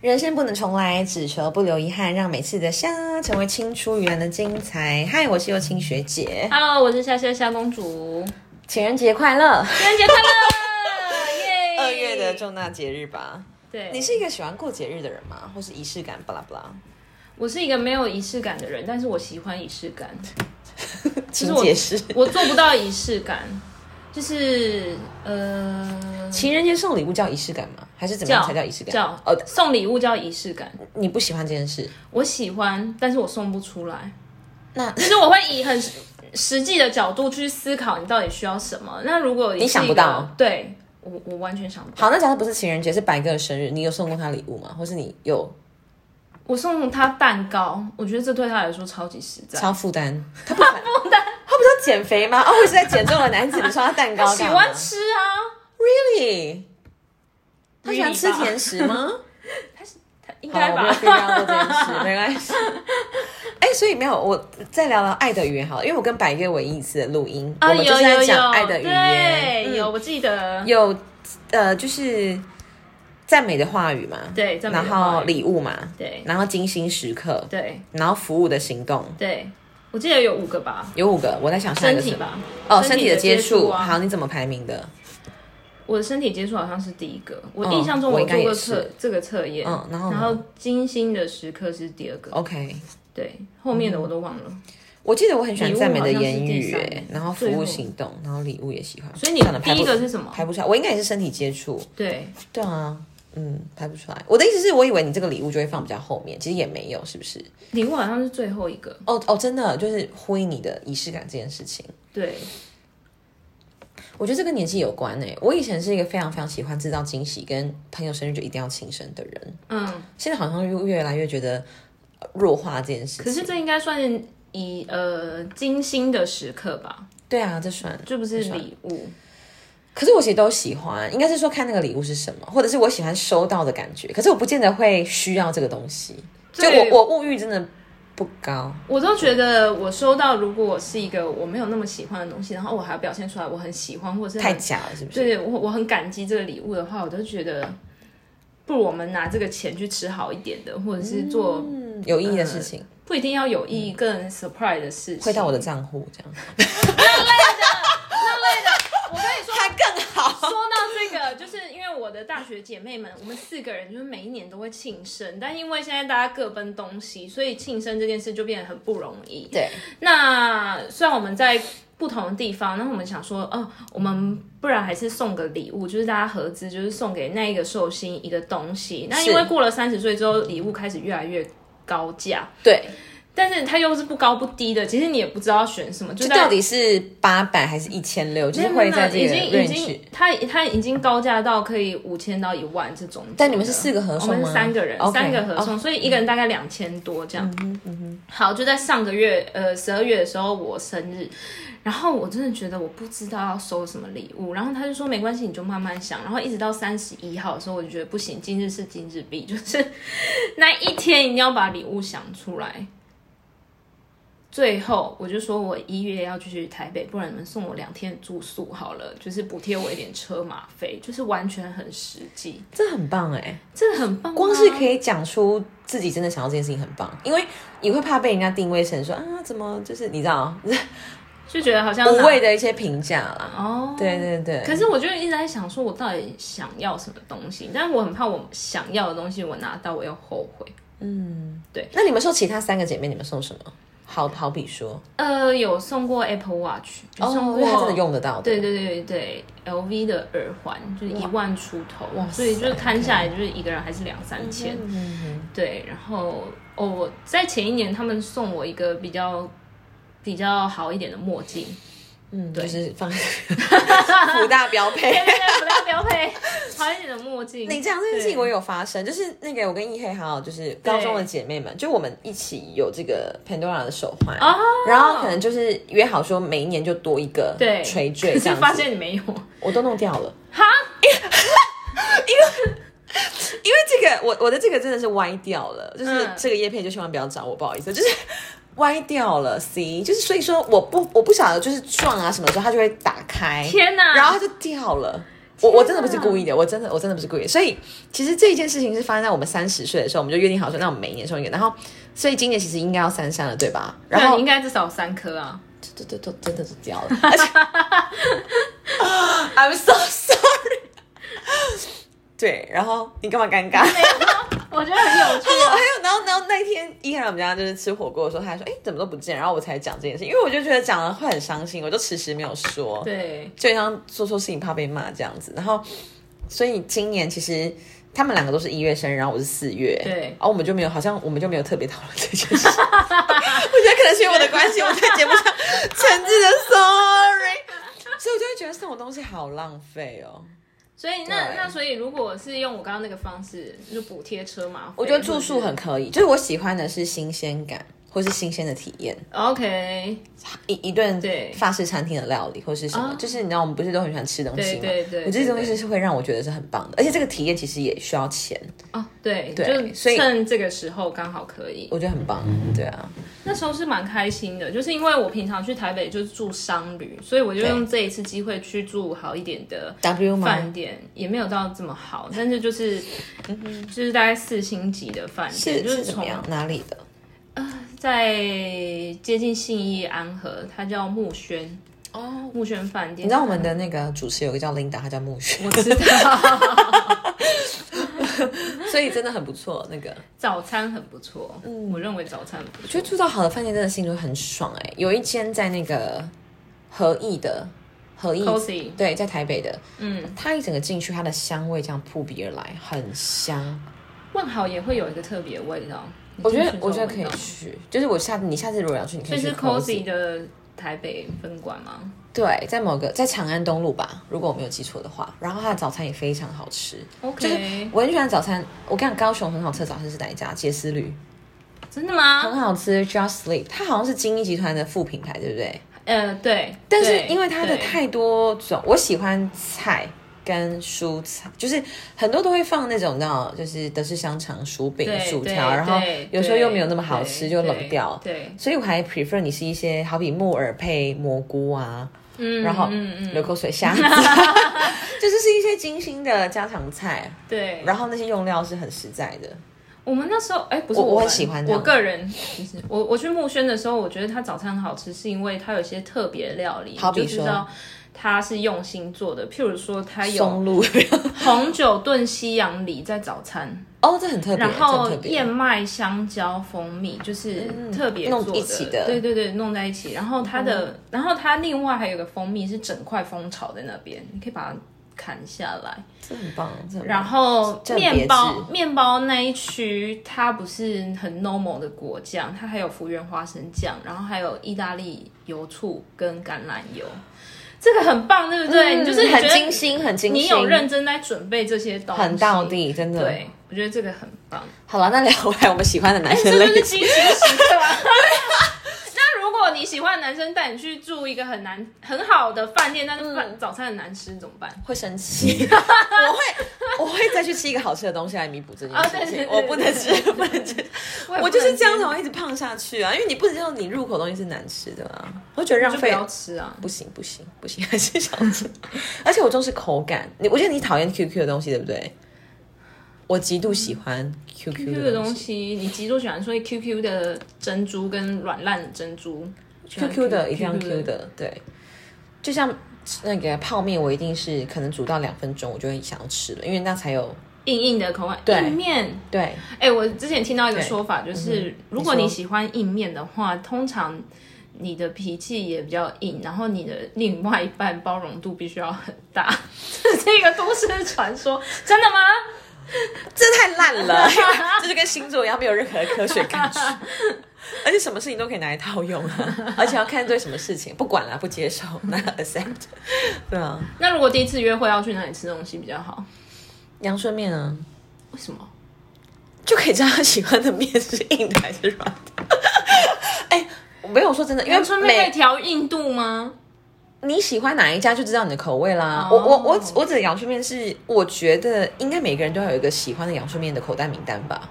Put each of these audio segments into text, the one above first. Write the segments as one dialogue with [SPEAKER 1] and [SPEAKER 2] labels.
[SPEAKER 1] 人生不能重来，只求不留遗憾，让每次的夏成为青出于蓝的精彩。嗨，我是幼青学姐，
[SPEAKER 2] Hello，我是夏夏夏公主，
[SPEAKER 1] 情人节快乐！
[SPEAKER 2] 情人节快乐，耶！
[SPEAKER 1] 二月的重大节日吧。
[SPEAKER 2] 对，
[SPEAKER 1] 你是一个喜欢过节日的人吗？或是仪式感？巴拉巴拉。
[SPEAKER 2] 我是一个没有仪式感的人，但是我喜欢仪式感。
[SPEAKER 1] 请
[SPEAKER 2] 实我
[SPEAKER 1] 解释。
[SPEAKER 2] 我做不到仪式感，就是呃，
[SPEAKER 1] 情人节送礼物叫仪式感吗？还是怎么样才叫仪式感？
[SPEAKER 2] 叫
[SPEAKER 1] 哦，
[SPEAKER 2] 送礼物叫仪式感，
[SPEAKER 1] 你不喜欢这件事，
[SPEAKER 2] 我喜欢，但是我送不出来。
[SPEAKER 1] 那
[SPEAKER 2] 就是我会以很实实际的角度去思考你到底需要什么。那如果你
[SPEAKER 1] 你想不到，哦
[SPEAKER 2] 对我我完全想不到。
[SPEAKER 1] 好，那假设不是情人节，是白哥的生日，你有送过他礼物吗？或是你有
[SPEAKER 2] 我送他蛋糕，我觉得这对他来说超级实 在。
[SPEAKER 1] 超负担？他不负担，他不是要减肥吗？哦，我是在减重的男子，你说他蛋糕
[SPEAKER 2] 喜
[SPEAKER 1] 干嘛
[SPEAKER 2] 欢吃啊，
[SPEAKER 1] ？Really？他喜欢
[SPEAKER 2] Really
[SPEAKER 1] 吃
[SPEAKER 2] 吧
[SPEAKER 1] 甜食 吗？
[SPEAKER 2] 应
[SPEAKER 1] 好，
[SPEAKER 2] 该
[SPEAKER 1] 我
[SPEAKER 2] 吧
[SPEAKER 1] 没有？必要做这件事，没关 系。哎、所以没有，我再聊聊爱的语言好了，因为我跟白月唯一一次的录音，
[SPEAKER 2] 啊，
[SPEAKER 1] 我们就是
[SPEAKER 2] 有
[SPEAKER 1] 在
[SPEAKER 2] 有有
[SPEAKER 1] 讲爱的语言，嗯
[SPEAKER 2] 对，有我记得，
[SPEAKER 1] 有呃，就是赞美的话语嘛，
[SPEAKER 2] 对赞美的
[SPEAKER 1] 然
[SPEAKER 2] 话
[SPEAKER 1] 后
[SPEAKER 2] 语
[SPEAKER 1] 礼物嘛，
[SPEAKER 2] 对
[SPEAKER 1] 然后精心时刻，
[SPEAKER 2] 对
[SPEAKER 1] 然后服务的行动，
[SPEAKER 2] 对，我记得有五个吧，
[SPEAKER 1] 有五个，我在想下一
[SPEAKER 2] 身
[SPEAKER 1] 个
[SPEAKER 2] 体
[SPEAKER 1] 是什么？
[SPEAKER 2] 吧，
[SPEAKER 1] 哦，身体的接触，
[SPEAKER 2] 啊
[SPEAKER 1] 好，你怎么排名的？
[SPEAKER 2] 我的身体接触好像是第一个，我
[SPEAKER 1] 嗯
[SPEAKER 2] 印象中
[SPEAKER 1] 我应该
[SPEAKER 2] 做过
[SPEAKER 1] 也是
[SPEAKER 2] 测这个测验，
[SPEAKER 1] 嗯然后呢哦
[SPEAKER 2] 然后精心的时刻是第二个，
[SPEAKER 1] OK，
[SPEAKER 2] 对，后面的我都忘
[SPEAKER 1] 嗯
[SPEAKER 2] 了，
[SPEAKER 1] 我记得我很喜欢赞美的言
[SPEAKER 2] 礼物好像是
[SPEAKER 1] 语、
[SPEAKER 2] 第三
[SPEAKER 1] 哎然后服
[SPEAKER 2] 最
[SPEAKER 1] 务
[SPEAKER 2] 后
[SPEAKER 1] 行动，然后礼物也喜欢，
[SPEAKER 2] 所以哎你
[SPEAKER 1] 算了排
[SPEAKER 2] 第一
[SPEAKER 1] 不
[SPEAKER 2] 个是什么？
[SPEAKER 1] 排不出来，我应该也是身体接触。
[SPEAKER 2] 对，
[SPEAKER 1] 对啊，嗯，排不出来。我的意思是我以为你这个礼物就会放比较后面，其实也没有，是不是？
[SPEAKER 2] 礼物好像是最后一个，
[SPEAKER 1] 哦哦，真的就是呼应你的仪式感这件事情。
[SPEAKER 2] 对，
[SPEAKER 1] 我觉得这跟年纪有关诶、我以前是一个非常非常喜欢制造惊喜，跟朋友生日就一定要庆生的人，
[SPEAKER 2] 嗯，
[SPEAKER 1] 现在好像又越来越觉得呃弱化这件事情。
[SPEAKER 2] 可是这应该算是以呃精心的时刻吧，
[SPEAKER 1] 对啊，这算
[SPEAKER 2] 就不是
[SPEAKER 1] 算
[SPEAKER 2] 礼物，
[SPEAKER 1] 可是我其实都喜欢，应该是说看那个礼物是什么，或者是我喜欢收到的感觉。可是我不见得会需要这个东西，就
[SPEAKER 2] 对
[SPEAKER 1] 我我物欲真的不高。
[SPEAKER 2] 我都觉得我收到，如果我是一个我没有那么喜欢的东西，然后我还要表现出来我很喜欢，或者是
[SPEAKER 1] 太
[SPEAKER 2] 很
[SPEAKER 1] 假了，是不是？
[SPEAKER 2] 对我我很感激这个礼物的话，我都觉得不如我们拿这个钱去吃好一点的，或者是做
[SPEAKER 1] 嗯，有意义的事情、
[SPEAKER 2] 不一定要有意义、更 surprise 的事情。
[SPEAKER 1] 会到我的账户这样。
[SPEAKER 2] 我跟你说，
[SPEAKER 1] 它更好。
[SPEAKER 2] 说到这个，就是因为我的大学姐妹们，我们四个人就是每一年都会庆生，但因为现在大家各奔东西，所以庆生这件事就变得很不容易。
[SPEAKER 1] 对，
[SPEAKER 2] 那虽然我们在不同的地方，那我们想说，哦，我们不然还是送个礼物，就是大家合资，就是送给那一个寿星一个东西。那因为过了三十岁之后，礼物开始越来越高价，
[SPEAKER 1] 对，
[SPEAKER 2] 但是它又是不高不低的，其实你也不知道选什么，就
[SPEAKER 1] 就
[SPEAKER 2] 在
[SPEAKER 1] 到底是八百还是一千六，就是会在这
[SPEAKER 2] 已
[SPEAKER 1] 个
[SPEAKER 2] 经已
[SPEAKER 1] range
[SPEAKER 2] 经。，它它已经高价到可以五千到一万这种。
[SPEAKER 1] 但你们是四个合
[SPEAKER 2] 我
[SPEAKER 1] 送吗？
[SPEAKER 2] 们是三个人
[SPEAKER 1] OK，
[SPEAKER 2] 三个合送，
[SPEAKER 1] 哦嗯
[SPEAKER 2] 所以一个人大概两千多这样。好，就在上个月，呃，十二月的时候我生日，然后我真的觉得我不知道要收什么礼物，然后他就说没关系，你就慢慢想。然后一直到三十一号的时候，我就觉得不行，今日是今日 毕，就是那一天一定要把礼物想出来。最后我就说，我一月要去台北，不然你们送我两天的住宿好了，就是补贴我一点车马费，就是完全很实际，
[SPEAKER 1] 这很棒哎、
[SPEAKER 2] 真的很棒、啊
[SPEAKER 1] 光是
[SPEAKER 2] 以。
[SPEAKER 1] 可以讲出自己真的想要这件事情很棒，因为你会怕被人家定位成说啊，怎么就是你知道
[SPEAKER 2] 就觉得好像
[SPEAKER 1] 无谓
[SPEAKER 2] 的
[SPEAKER 1] 的一些评价啦。
[SPEAKER 2] 哦。
[SPEAKER 1] 对对对，
[SPEAKER 2] 可是我就一直在想，说我到底想要什么东西，但我很怕我想要的东西我拿到我又后悔。
[SPEAKER 1] 那你们说其他三个姐妹，你们送什么？好好比说，
[SPEAKER 2] 呃，有送过 Apple Watch，有送
[SPEAKER 1] 因
[SPEAKER 2] 过，
[SPEAKER 1] 为它真的用得到的。
[SPEAKER 2] 哦对对对对，LV 的耳环就是一万出头，所以就是摊下来就是一个人还是两三
[SPEAKER 1] 嗯
[SPEAKER 2] 千。对，然后哦，我在前一年他们送我一个比较比较好一点的墨镜，
[SPEAKER 1] 嗯，就是放 福大标配。
[SPEAKER 2] 对对对，不要标配，好一点的墨镜。
[SPEAKER 1] 你讲这件事情
[SPEAKER 2] 对
[SPEAKER 1] 我有发生，就是那个我跟一黑还有就是高中的姐妹们，就我们一起有这个 Pandora 的手环，
[SPEAKER 2] 哦
[SPEAKER 1] 然后可能就是约好说每一年就多一个
[SPEAKER 2] 对
[SPEAKER 1] 垂坠
[SPEAKER 2] 可
[SPEAKER 1] 这
[SPEAKER 2] 是
[SPEAKER 1] 样
[SPEAKER 2] 发
[SPEAKER 1] 子，
[SPEAKER 2] 现你没有。
[SPEAKER 1] 我都弄掉了。哈， 因为因为这个我我的这个真的是歪掉了，就是
[SPEAKER 2] 嗯
[SPEAKER 1] 这个叶片就千万不要找我，不好意思，就是。歪掉了，C，就是所以说我不我不晓得就是撞啊什么的时候它就会打开，
[SPEAKER 2] 天哪
[SPEAKER 1] 然后它就掉了，我我真的不是故意的，我真的我真的不是故意的。所以其实这一件事情是发生在我们三十岁的时候，我们就约定好说，那我们每一年送一个。然后，所以今年其实应该要三三了，对吧？然
[SPEAKER 2] 那
[SPEAKER 1] 后
[SPEAKER 2] 你应该至少有三颗啊。
[SPEAKER 1] 对对对，真的是掉了。而且 ，I'm so sorry。对，然后你干嘛尴尬？
[SPEAKER 2] 我觉得很有趣啊
[SPEAKER 1] 然后还有，然后，然后那天依然我们家就是吃火锅的时候，他还说：“哎、怎么都不见？”然后我才讲这件事，因为我就觉得讲了会很伤心，我就迟迟没有说。
[SPEAKER 2] 对，
[SPEAKER 1] 就像做错事情怕被骂这样子。然后，所以今年其实他们两个都是一月生日，然后我是四月，
[SPEAKER 2] 对
[SPEAKER 1] 然后我们就没有，好像我们就没有特别讨论这件事。我觉得可能是因为我的关系，我在节目上 诚挚的 sorry，所以我就会觉得送我东西好浪费哦。
[SPEAKER 2] 所以那
[SPEAKER 1] 对
[SPEAKER 2] 那所以如果是用我刚刚那个方式，就补贴车嘛，
[SPEAKER 1] 我觉得住宿很可以，就是我喜欢的是新鲜感。或是新鲜的体验，
[SPEAKER 2] OK，
[SPEAKER 1] 一一顿
[SPEAKER 2] 对
[SPEAKER 1] 法式餐厅的料理，或是什么，
[SPEAKER 2] 啊
[SPEAKER 1] 就是你知道我们不是都很喜欢吃东西吗？
[SPEAKER 2] 对对对
[SPEAKER 1] 我觉得这东
[SPEAKER 2] 对
[SPEAKER 1] 西
[SPEAKER 2] 对
[SPEAKER 1] 是会让我觉得是很棒的，而且这个体验其实也需要钱。
[SPEAKER 2] 哦，对，
[SPEAKER 1] 对
[SPEAKER 2] 就
[SPEAKER 1] 所以
[SPEAKER 2] 趁这个时候刚好可以。
[SPEAKER 1] 我觉得很棒，对啊，
[SPEAKER 2] 那时候是蛮开心的，就是因为我平常去台北就是住商旅，所以我就用这一次机会去住好一点的
[SPEAKER 1] W 吗
[SPEAKER 2] 饭店，也没有到这么好，但是就是
[SPEAKER 1] 嗯
[SPEAKER 2] 就是大概四星级的饭店，就是是
[SPEAKER 1] 怎么
[SPEAKER 2] 从
[SPEAKER 1] 样？哪里的？
[SPEAKER 2] 在接近信义安和，它叫木轩哦，木轩饭店。
[SPEAKER 1] 你知道我们的那个主持有个叫 Linda，她叫木雪，
[SPEAKER 2] 我知道，
[SPEAKER 1] 所以真的很不错。那个
[SPEAKER 2] 早餐很不错，
[SPEAKER 1] 嗯
[SPEAKER 2] 我认为早餐很不
[SPEAKER 1] 就
[SPEAKER 2] 错。
[SPEAKER 1] 住到好的饭店，真的心里会很爽哎、有一间在那个和义的和义
[SPEAKER 2] Cozy
[SPEAKER 1] 对，在台北的，
[SPEAKER 2] 嗯，
[SPEAKER 1] 它一整个进去，它的香味这样扑鼻而来，很香。
[SPEAKER 2] 万豪也会有一个特别的味道，
[SPEAKER 1] 我觉
[SPEAKER 2] 你
[SPEAKER 1] 得
[SPEAKER 2] 进去
[SPEAKER 1] 我觉得
[SPEAKER 2] 之
[SPEAKER 1] 可
[SPEAKER 2] 后
[SPEAKER 1] 以
[SPEAKER 2] 闻到
[SPEAKER 1] 去，就是我下你下次如果要去，你可
[SPEAKER 2] 这
[SPEAKER 1] 以去
[SPEAKER 2] 是 Cozy 的台北分馆吗？
[SPEAKER 1] 对，在某个在长安东路吧，如果我没有记错的话。然后它的早餐也非常好吃
[SPEAKER 2] OK
[SPEAKER 1] 就是我很喜欢早餐。我跟你讲，高雄很好吃的早餐是哪一家？杰斯旅
[SPEAKER 2] 真的吗？
[SPEAKER 1] 很好吃，Just Sleep，它好像是精益集团的副品牌，对不对？
[SPEAKER 2] 呃，对，
[SPEAKER 1] 但是
[SPEAKER 2] 对
[SPEAKER 1] 因为它的
[SPEAKER 2] 对
[SPEAKER 1] 太多种，我喜欢菜跟蔬菜，就是很多都会放那种，你知道，就是德式香肠、薯饼、
[SPEAKER 2] 对
[SPEAKER 1] 薯
[SPEAKER 2] 对
[SPEAKER 1] 条，然后
[SPEAKER 2] 对
[SPEAKER 1] 有时候又没有那么好
[SPEAKER 2] 对
[SPEAKER 1] 吃，就冷
[SPEAKER 2] 对
[SPEAKER 1] 掉。
[SPEAKER 2] 对，
[SPEAKER 1] 所以我还 prefer 你是一些好比木耳配蘑菇啊，
[SPEAKER 2] 嗯，
[SPEAKER 1] 然后
[SPEAKER 2] 嗯嗯，
[SPEAKER 1] 流口水 虾子，就是是一些精心的家常菜，
[SPEAKER 2] 对，
[SPEAKER 1] 然后那些用料是很实在的。
[SPEAKER 2] 我们那时候，哎、不是
[SPEAKER 1] 我我
[SPEAKER 2] 我们
[SPEAKER 1] 很喜欢这样
[SPEAKER 2] 我个人，就是我我去木轩的时候，我觉得它早餐很好吃，是因为它有一些特别的料理，
[SPEAKER 1] 好比
[SPEAKER 2] 你就
[SPEAKER 1] 说
[SPEAKER 2] 知道它是用心做的。譬如说，它有
[SPEAKER 1] 松 露
[SPEAKER 2] 红酒炖西洋梨在早餐，
[SPEAKER 1] 哦，这很特别，
[SPEAKER 2] 然后
[SPEAKER 1] 这很特别嗯
[SPEAKER 2] 燕麦、香蕉、蜂蜜，就是特别
[SPEAKER 1] 弄
[SPEAKER 2] 做
[SPEAKER 1] 一起的嗯
[SPEAKER 2] 对对对，弄在一起。然后它的，然后它另外还有一个蜂蜜是整块蜂巢在那边，你可以把它砍下来。
[SPEAKER 1] 这很棒，这很棒
[SPEAKER 2] 然后
[SPEAKER 1] 这很别致
[SPEAKER 2] 面包面包那一区，它不是很 normal 的果酱，它还有福源花生酱，然后还有意大利油醋跟橄榄油，这个很棒，对不对？
[SPEAKER 1] 嗯
[SPEAKER 2] 你就是你觉
[SPEAKER 1] 很
[SPEAKER 2] 得
[SPEAKER 1] 精心，很精心，
[SPEAKER 2] 你有认真在准备这些东西，
[SPEAKER 1] 很到。地，真的。
[SPEAKER 2] 对，，我觉得这个很棒，
[SPEAKER 1] 好了，那聊回来我们喜欢的男
[SPEAKER 2] 这
[SPEAKER 1] 生类
[SPEAKER 2] 哎就是
[SPEAKER 1] 型，
[SPEAKER 2] 激情时刻啊。 那如果你喜欢男生带你去住一个很难很好的饭店，但是饭、
[SPEAKER 1] 嗯
[SPEAKER 2] 早餐很难吃怎么办？
[SPEAKER 1] 会生 气，我会我会再去吃一个好吃的东西来弥补这件
[SPEAKER 2] 啊对
[SPEAKER 1] 事情。
[SPEAKER 2] 对对
[SPEAKER 1] 我不能吃
[SPEAKER 2] 对，对
[SPEAKER 1] 不能吃，
[SPEAKER 2] 也
[SPEAKER 1] 我
[SPEAKER 2] 不
[SPEAKER 1] 就是
[SPEAKER 2] 能
[SPEAKER 1] 这样
[SPEAKER 2] 接
[SPEAKER 1] 子，
[SPEAKER 2] 受
[SPEAKER 1] 我一直胖下去啊，因为你不知道你入口东西是难吃的啊，我就觉得
[SPEAKER 2] 就
[SPEAKER 1] 浪
[SPEAKER 2] 不
[SPEAKER 1] 费
[SPEAKER 2] 要吃啊。
[SPEAKER 1] 不行不行不行， 还是想吃。而且我重视口感，你我觉得你讨厌 QQ 的东西，对不对？我极度喜欢 QQ
[SPEAKER 2] QQ
[SPEAKER 1] 的
[SPEAKER 2] 的
[SPEAKER 1] 东
[SPEAKER 2] 东
[SPEAKER 1] 西
[SPEAKER 2] 西，你极度喜欢，所以 QQ 的珍珠跟软烂的珍珠
[SPEAKER 1] ，QQ 的一定要 Q
[SPEAKER 2] 的。
[SPEAKER 1] 的，对。就像那个泡面，我一定是可能煮到两分钟，我就会想要吃了，因为那才有
[SPEAKER 2] 硬硬的口感，
[SPEAKER 1] 对
[SPEAKER 2] 硬面。
[SPEAKER 1] 对
[SPEAKER 2] 哎、我之前听到一个说法，
[SPEAKER 1] 嗯
[SPEAKER 2] 就是如果你喜欢硬面的话，通常你的脾气也比较硬，然后你的另外一半包容度必须要很大， 这是一个都市传说，真的吗？
[SPEAKER 1] 这太烂 了，因为这就跟星座一样，没有任何科学根 据，而且什么事情都可以拿来套用啊，而且要看对什么事情，不管啦，不接受，那 accept，对啊，
[SPEAKER 2] 那如果第一次约会要去哪里吃东西比较好？
[SPEAKER 1] 阳春面啊，
[SPEAKER 2] 为什么？
[SPEAKER 1] 就可以知道他喜欢的面是硬的还是软的。 哎、我没有说真的，因为
[SPEAKER 2] 阳春面可以
[SPEAKER 1] 每
[SPEAKER 2] 调硬度吗？
[SPEAKER 1] 你喜欢哪一家就知道你的口味啦。
[SPEAKER 2] 哦
[SPEAKER 1] 我我我我指的阳春面是，我觉得应该每个人都要有一个喜欢的阳春面的口袋名单吧。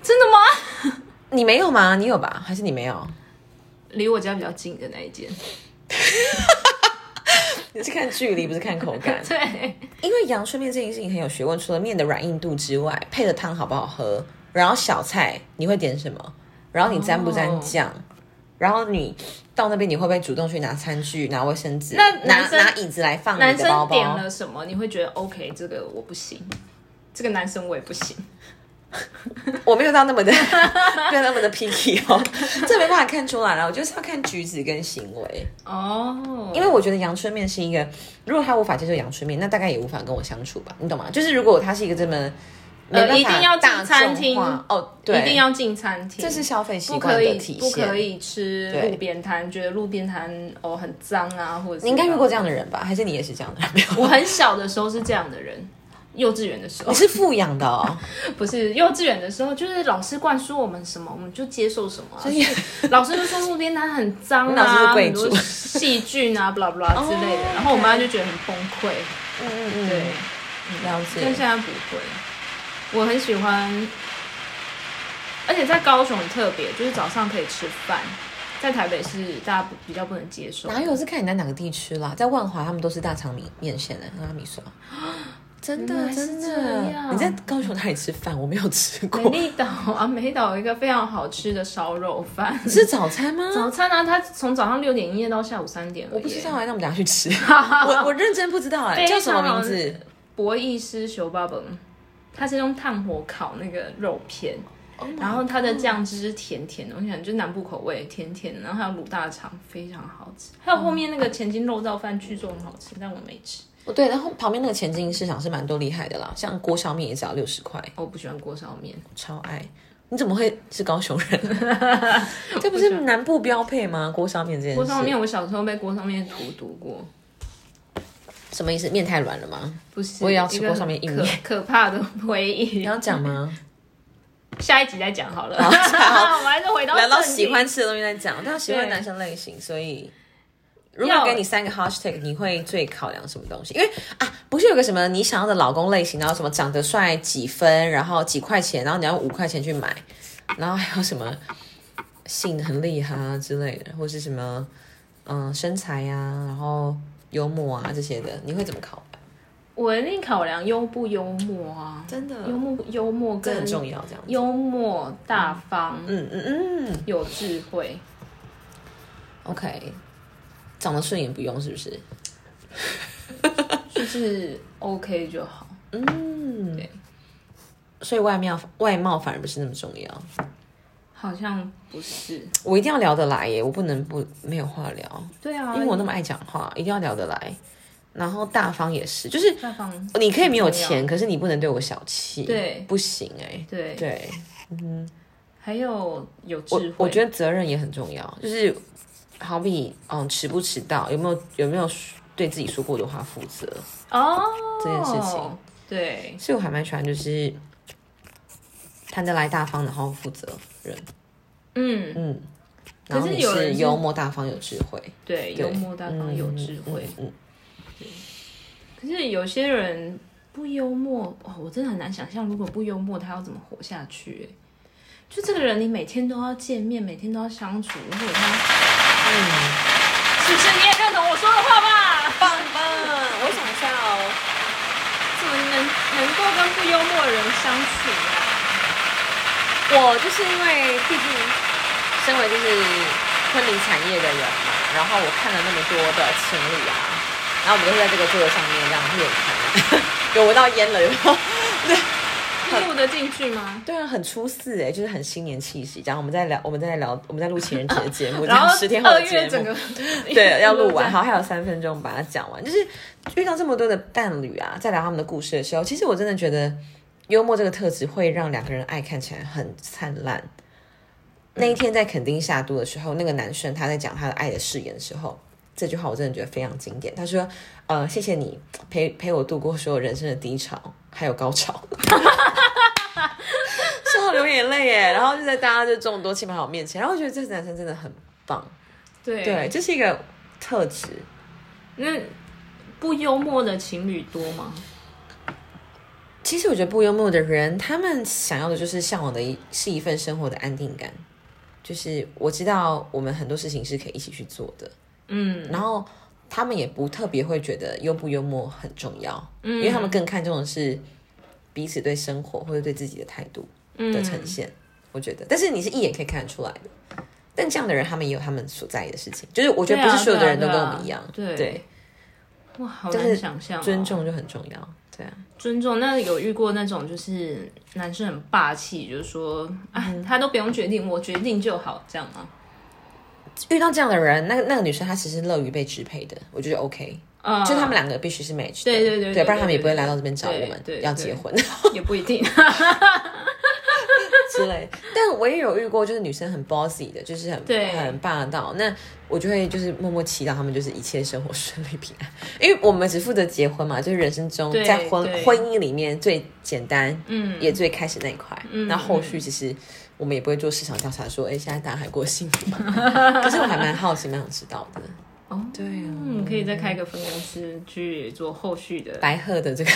[SPEAKER 2] 真的吗？
[SPEAKER 1] 你没有吗？你有吧？ 还是你没有？
[SPEAKER 2] 离我家比较近的那一间。
[SPEAKER 1] 你是看距离，不是看口感。
[SPEAKER 2] 对，
[SPEAKER 1] 因为阳春面这件事情很有学问，除了面的软硬度之外，配的汤好不好喝，然后小菜你会点什么，然后你沾不沾酱。
[SPEAKER 2] 哦
[SPEAKER 1] 然后你到那边，你会不会主动去拿餐具、拿卫生纸？
[SPEAKER 2] 那
[SPEAKER 1] 拿
[SPEAKER 2] 男生
[SPEAKER 1] 拿椅子来放
[SPEAKER 2] 男
[SPEAKER 1] 你的包
[SPEAKER 2] 生点
[SPEAKER 1] 包？
[SPEAKER 2] 了什么，你会觉得 OK，这个我不行，这个男生我也不行。
[SPEAKER 1] 我没有到那么的， 没有那么的 picky 哦，这没办法看出来了。我就是要看举止跟行为，
[SPEAKER 2] 哦，
[SPEAKER 1] 因为我觉得阳春面是一个，如果他无法接受阳春面，那大概也无法跟我相处吧，你懂吗？就是如果他是一个这么没办法
[SPEAKER 2] 呃一定要进
[SPEAKER 1] 大众化
[SPEAKER 2] 餐厅
[SPEAKER 1] 哦，对，
[SPEAKER 2] 一定要进餐厅，
[SPEAKER 1] 这是消费习
[SPEAKER 2] 不
[SPEAKER 1] 惯
[SPEAKER 2] 可
[SPEAKER 1] 的
[SPEAKER 2] 以
[SPEAKER 1] 体现，
[SPEAKER 2] 不可以吃
[SPEAKER 1] 对
[SPEAKER 2] 路边摊，觉得路边摊哦很脏啊，或者是
[SPEAKER 1] 你应该遇过这样的人吧？还是你也是这样的人？没有啊
[SPEAKER 2] 我很小的时候是这样的人，幼稚园的时候
[SPEAKER 1] 你是富养的哦，
[SPEAKER 2] 不是幼稚园的时候，就是老师灌输我们什么，我们就接受什么、啊。所以 老师就说路边摊很脏
[SPEAKER 1] 老师是
[SPEAKER 2] 啊，
[SPEAKER 1] 贵
[SPEAKER 2] 很
[SPEAKER 1] 族
[SPEAKER 2] 多细菌啊， 不啦不啦之类的。
[SPEAKER 1] 哦
[SPEAKER 2] 然后我妈就觉得很崩溃。
[SPEAKER 1] 嗯嗯嗯，
[SPEAKER 2] 对，
[SPEAKER 1] 了
[SPEAKER 2] 但
[SPEAKER 1] 解
[SPEAKER 2] 现。在不会。我很喜欢，而且在高雄很特别，就是早上可以吃饭，在台北是大家不比较不能接受。
[SPEAKER 1] 哪有是看你在哪个地区啦？在万华他们都是大肠米面线的，跟阿米说。真
[SPEAKER 2] 原
[SPEAKER 1] 的
[SPEAKER 2] 来是
[SPEAKER 1] 真
[SPEAKER 2] 这
[SPEAKER 1] 的，
[SPEAKER 2] 样
[SPEAKER 1] 你在高雄哪里吃饭？我没有吃
[SPEAKER 2] 美
[SPEAKER 1] 过，
[SPEAKER 2] 丽岛啊，美丽岛有一个非常好吃的烧肉饭。
[SPEAKER 1] 是早餐吗？
[SPEAKER 2] 早餐啊，它从早上六点营业到下午三点而已。
[SPEAKER 1] 我不知道哎，那我们等下去 吃。我我认真不知道哎，
[SPEAKER 2] 非
[SPEAKER 1] 叫
[SPEAKER 2] 常
[SPEAKER 1] 什么名字？
[SPEAKER 2] 博弈师修巴本，它是用炭火烤那个肉片，
[SPEAKER 1] Oh
[SPEAKER 2] 然后它的酱汁是甜甜的，我想就是南部口味，甜甜的，然后还有卤大肠，非常好吃。还有后面那个前金肉燥饭，据说很好吃，但我没吃，
[SPEAKER 1] 哦对，然后旁边那个前进市场是蛮多厉害的啦，像锅烧面也只要六十块，
[SPEAKER 2] 我不喜欢锅烧面。
[SPEAKER 1] 超爱。你怎么会是高 雄人？这不是南部标配吗？锅烧面这件事，
[SPEAKER 2] 锅烧面，我小时候被锅烧面荼毒过，
[SPEAKER 1] 什么意思？面太软了吗？
[SPEAKER 2] 不是，
[SPEAKER 1] 我也要吃锅烧面
[SPEAKER 2] 一
[SPEAKER 1] 硬
[SPEAKER 2] 个很可可怕的回
[SPEAKER 1] 你
[SPEAKER 2] 忆。
[SPEAKER 1] 要讲吗？
[SPEAKER 2] 下一集再讲好了，
[SPEAKER 1] 好好
[SPEAKER 2] 我们还是回到
[SPEAKER 1] 聊到
[SPEAKER 2] 正
[SPEAKER 1] 喜
[SPEAKER 2] 题
[SPEAKER 1] 欢吃的东西再讲，但喜欢
[SPEAKER 2] 对
[SPEAKER 1] 男生类型，所以如果
[SPEAKER 2] 要
[SPEAKER 1] 给你三个 hashtag，你会最考量什么东西？因为啊，不是有个什么你想要的老公类型，然后什么长得帅几分，然后几块钱，然后你要五块钱去买，然后还有什么性很厉害啊之类的，或是什么嗯身材呀、啊，然后幽默啊这些的，你会怎么考？
[SPEAKER 2] 我一定考量幽不幽默啊，
[SPEAKER 1] 真的
[SPEAKER 2] 幽默幽默
[SPEAKER 1] 嗯这很
[SPEAKER 2] 跟
[SPEAKER 1] 重要，这样。
[SPEAKER 2] 幽默大方，
[SPEAKER 1] 嗯嗯嗯
[SPEAKER 2] 有智慧。
[SPEAKER 1] ，OK，长得顺眼不用是不是？
[SPEAKER 2] 就是 OK 就好。
[SPEAKER 1] 嗯，
[SPEAKER 2] 对，
[SPEAKER 1] 所以外貌外貌反而不是那么重要。
[SPEAKER 2] 好像不是，
[SPEAKER 1] 我一定要聊得来耶，我不能不没有话聊，
[SPEAKER 2] 对啊，
[SPEAKER 1] 因为我那么爱讲话，一定要聊得来。然后大方也是，就是
[SPEAKER 2] 大方，
[SPEAKER 1] 你可以没有钱，可是你不能对我小气，
[SPEAKER 2] 对
[SPEAKER 1] 不行哎。
[SPEAKER 2] 对，
[SPEAKER 1] 对，
[SPEAKER 2] 还有有智
[SPEAKER 1] 我
[SPEAKER 2] 慧，
[SPEAKER 1] 我觉得责任也很重要，就是好比嗯迟不迟到，有没有有没有对自己说过的话负责，
[SPEAKER 2] 得哦，
[SPEAKER 1] 这件事情，
[SPEAKER 2] 对，
[SPEAKER 1] 所以我还蛮喜欢就是谈得来大方，然后负责任。
[SPEAKER 2] 嗯，
[SPEAKER 1] 嗯，
[SPEAKER 2] 可
[SPEAKER 1] 然
[SPEAKER 2] 是
[SPEAKER 1] 后你
[SPEAKER 2] 有人
[SPEAKER 1] 是
[SPEAKER 2] 是
[SPEAKER 1] 幽默大方、有智慧，对
[SPEAKER 2] 对，幽默大方，
[SPEAKER 1] 嗯
[SPEAKER 2] 有智慧。
[SPEAKER 1] 嗯，嗯
[SPEAKER 2] 可是有些人不幽默，哦，我真的很难想象，如果不幽默，他要怎么活下去？哎就这个人，你每天都要见面，每天都要相处，如果他
[SPEAKER 1] 嗯
[SPEAKER 2] 是不是你也认同我说的话吧？
[SPEAKER 1] 棒棒，我想一下哦，
[SPEAKER 2] 怎么能能够跟不幽默的人相处啊？
[SPEAKER 1] 我就是因为毕竟身为就是婚礼产业的人嘛，然后我看了那么多的情侣啊，然后我们都是在这个桌子上面这样面谈，有闻到烟了有没有？
[SPEAKER 2] 录得进去吗？
[SPEAKER 1] 对啊，很初四哎，就是很新年气息。然后我们在聊，我们在聊，我们在录情人节的节 目，这
[SPEAKER 2] 然
[SPEAKER 1] 样
[SPEAKER 2] 后
[SPEAKER 1] 十天后
[SPEAKER 2] 二
[SPEAKER 1] 的节
[SPEAKER 2] 月
[SPEAKER 1] 目，
[SPEAKER 2] 整个
[SPEAKER 1] 对，要 录完，好，还有三分钟把它讲完。就是遇到这么多的伴侣啊，在聊他们的故事的时候，其实我真的觉得幽默这个特质会让两个人爱看起来很灿烂。那一天在垦丁下都的时候，那个男生他在讲他的爱的誓言的时候，这句话我真的觉得非常经典。他说：“呃，谢谢你陪陪我度过所有人生的低潮，还有高潮。”笑到流眼泪耶！然后就在大家就众多亲朋好友面前，然后我觉得这个男生真的很棒。
[SPEAKER 2] 对
[SPEAKER 1] 对，这是一个特质。
[SPEAKER 2] 那不幽默的情侣多吗？
[SPEAKER 1] 其实我觉得不幽默的人，他们想要的就是向往的一是一份生活的安定感，就是我知道我们很多事情是可以一起去做的，
[SPEAKER 2] 嗯，
[SPEAKER 1] 然后他们也不特别会觉得幽不幽默很重要，
[SPEAKER 2] 嗯
[SPEAKER 1] 因为他们更看重的是彼此对生活或者对自己的态度
[SPEAKER 2] 嗯
[SPEAKER 1] 的呈现。我觉得，但是你是一眼可以看得出来的。但这样的人，他们也有他们所在意的事情，就是我觉得
[SPEAKER 2] 对
[SPEAKER 1] 不
[SPEAKER 2] 啊
[SPEAKER 1] 是所有的人都
[SPEAKER 2] 对
[SPEAKER 1] 跟
[SPEAKER 2] 啊对啊
[SPEAKER 1] 我们一样，
[SPEAKER 2] 对
[SPEAKER 1] 对，
[SPEAKER 2] 哇，好
[SPEAKER 1] 是
[SPEAKER 2] 难想象哦、
[SPEAKER 1] 尊重就很重要，对啊，
[SPEAKER 2] 尊重。那有遇过那种就是男生很霸气，就是说啊，
[SPEAKER 1] 嗯
[SPEAKER 2] 他都不用决定，我决定就好，这样吗？
[SPEAKER 1] 遇到这样的人，那个那个女生她其实乐于被支配的，我觉得 OK，、
[SPEAKER 2] 啊、
[SPEAKER 1] 就他们两个必须是 match，的
[SPEAKER 2] 对对对对
[SPEAKER 1] 对，不然他们也
[SPEAKER 2] 对
[SPEAKER 1] 不会来到这边找我
[SPEAKER 2] 对
[SPEAKER 1] 们
[SPEAKER 2] 对
[SPEAKER 1] 要
[SPEAKER 2] 对
[SPEAKER 1] 结婚
[SPEAKER 2] 也不一定。
[SPEAKER 1] 之类。但我也有遇过，就是女生很 bossy 的，就是很
[SPEAKER 2] 对
[SPEAKER 1] 很霸道，那我就会就是默默祈祷他们就是一切生活顺利平安，因为我们只负责结婚嘛，就是人生中
[SPEAKER 2] 对
[SPEAKER 1] 在婚
[SPEAKER 2] 对
[SPEAKER 1] 婚姻里面最简单，
[SPEAKER 2] 嗯，
[SPEAKER 1] 也最开始那一块，
[SPEAKER 2] 嗯
[SPEAKER 1] 那后续其实我们也不会做市场调查说，哎，现在大家还过幸福 吗？可是我还蛮好奇，蛮想知道的。
[SPEAKER 2] 哦，
[SPEAKER 1] 对啊，
[SPEAKER 2] 嗯，可以再开个分公司去做后续的。
[SPEAKER 1] 白鹤的这 个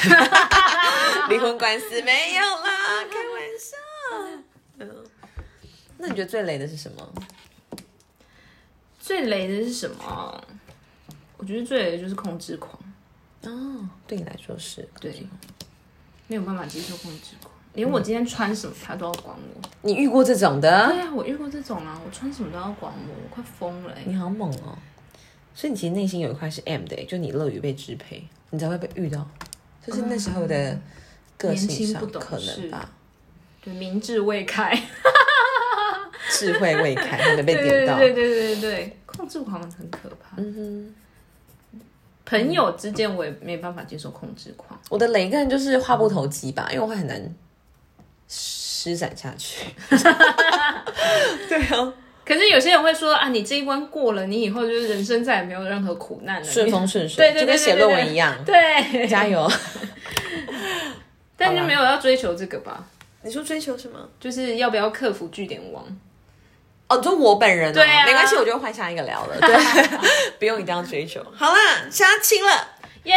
[SPEAKER 1] 离婚官司没有 啦，开玩笑。嗯那你觉得最雷的是什么？
[SPEAKER 2] 最雷的是什么？我觉得最雷的就是控制狂，
[SPEAKER 1] 哦，对你来说是
[SPEAKER 2] 对，没有办法接受控制狂。连我今天穿什么，他都要管我。
[SPEAKER 1] 你遇过这种的，
[SPEAKER 2] 对啊，我遇过这种啊，我穿什么都要管我，我快疯了、欸。
[SPEAKER 1] 你好猛哦！所以你其实内心有一块是 M 的耶，欸就你乐于被支配，你才会被遇到，就是那时候的个
[SPEAKER 2] 嗯年
[SPEAKER 1] 性
[SPEAKER 2] 轻
[SPEAKER 1] 上
[SPEAKER 2] 不懂
[SPEAKER 1] 可能
[SPEAKER 2] 事
[SPEAKER 1] 吧，
[SPEAKER 2] 对，明智未开。
[SPEAKER 1] 智慧未开，还没被
[SPEAKER 2] 对
[SPEAKER 1] 点
[SPEAKER 2] 对
[SPEAKER 1] 到。
[SPEAKER 2] 对对对对，控制狂很可怕。
[SPEAKER 1] 嗯
[SPEAKER 2] 朋友之间我也没办法接受控制狂
[SPEAKER 1] 哼，，我的雷个人就是话不投机吧，因为我会很难施展下 去。对啊，
[SPEAKER 2] 可是有些人会说啊，你这一关过了，你以后就是人生再也没有任何苦难了。
[SPEAKER 1] 顺风顺水，
[SPEAKER 2] 对对对
[SPEAKER 1] 就跟写论文一样，
[SPEAKER 2] 对，
[SPEAKER 1] 加油！
[SPEAKER 2] 但就没有要追求这个吧，
[SPEAKER 1] 你说追求什么？
[SPEAKER 2] 就是要不要克服据点王？
[SPEAKER 1] 哦，你说我本人、哦，
[SPEAKER 2] 对啊
[SPEAKER 1] 没关系， 我就换下一个聊了，对，不用一定要追求。好啦，相亲了，
[SPEAKER 2] 耶，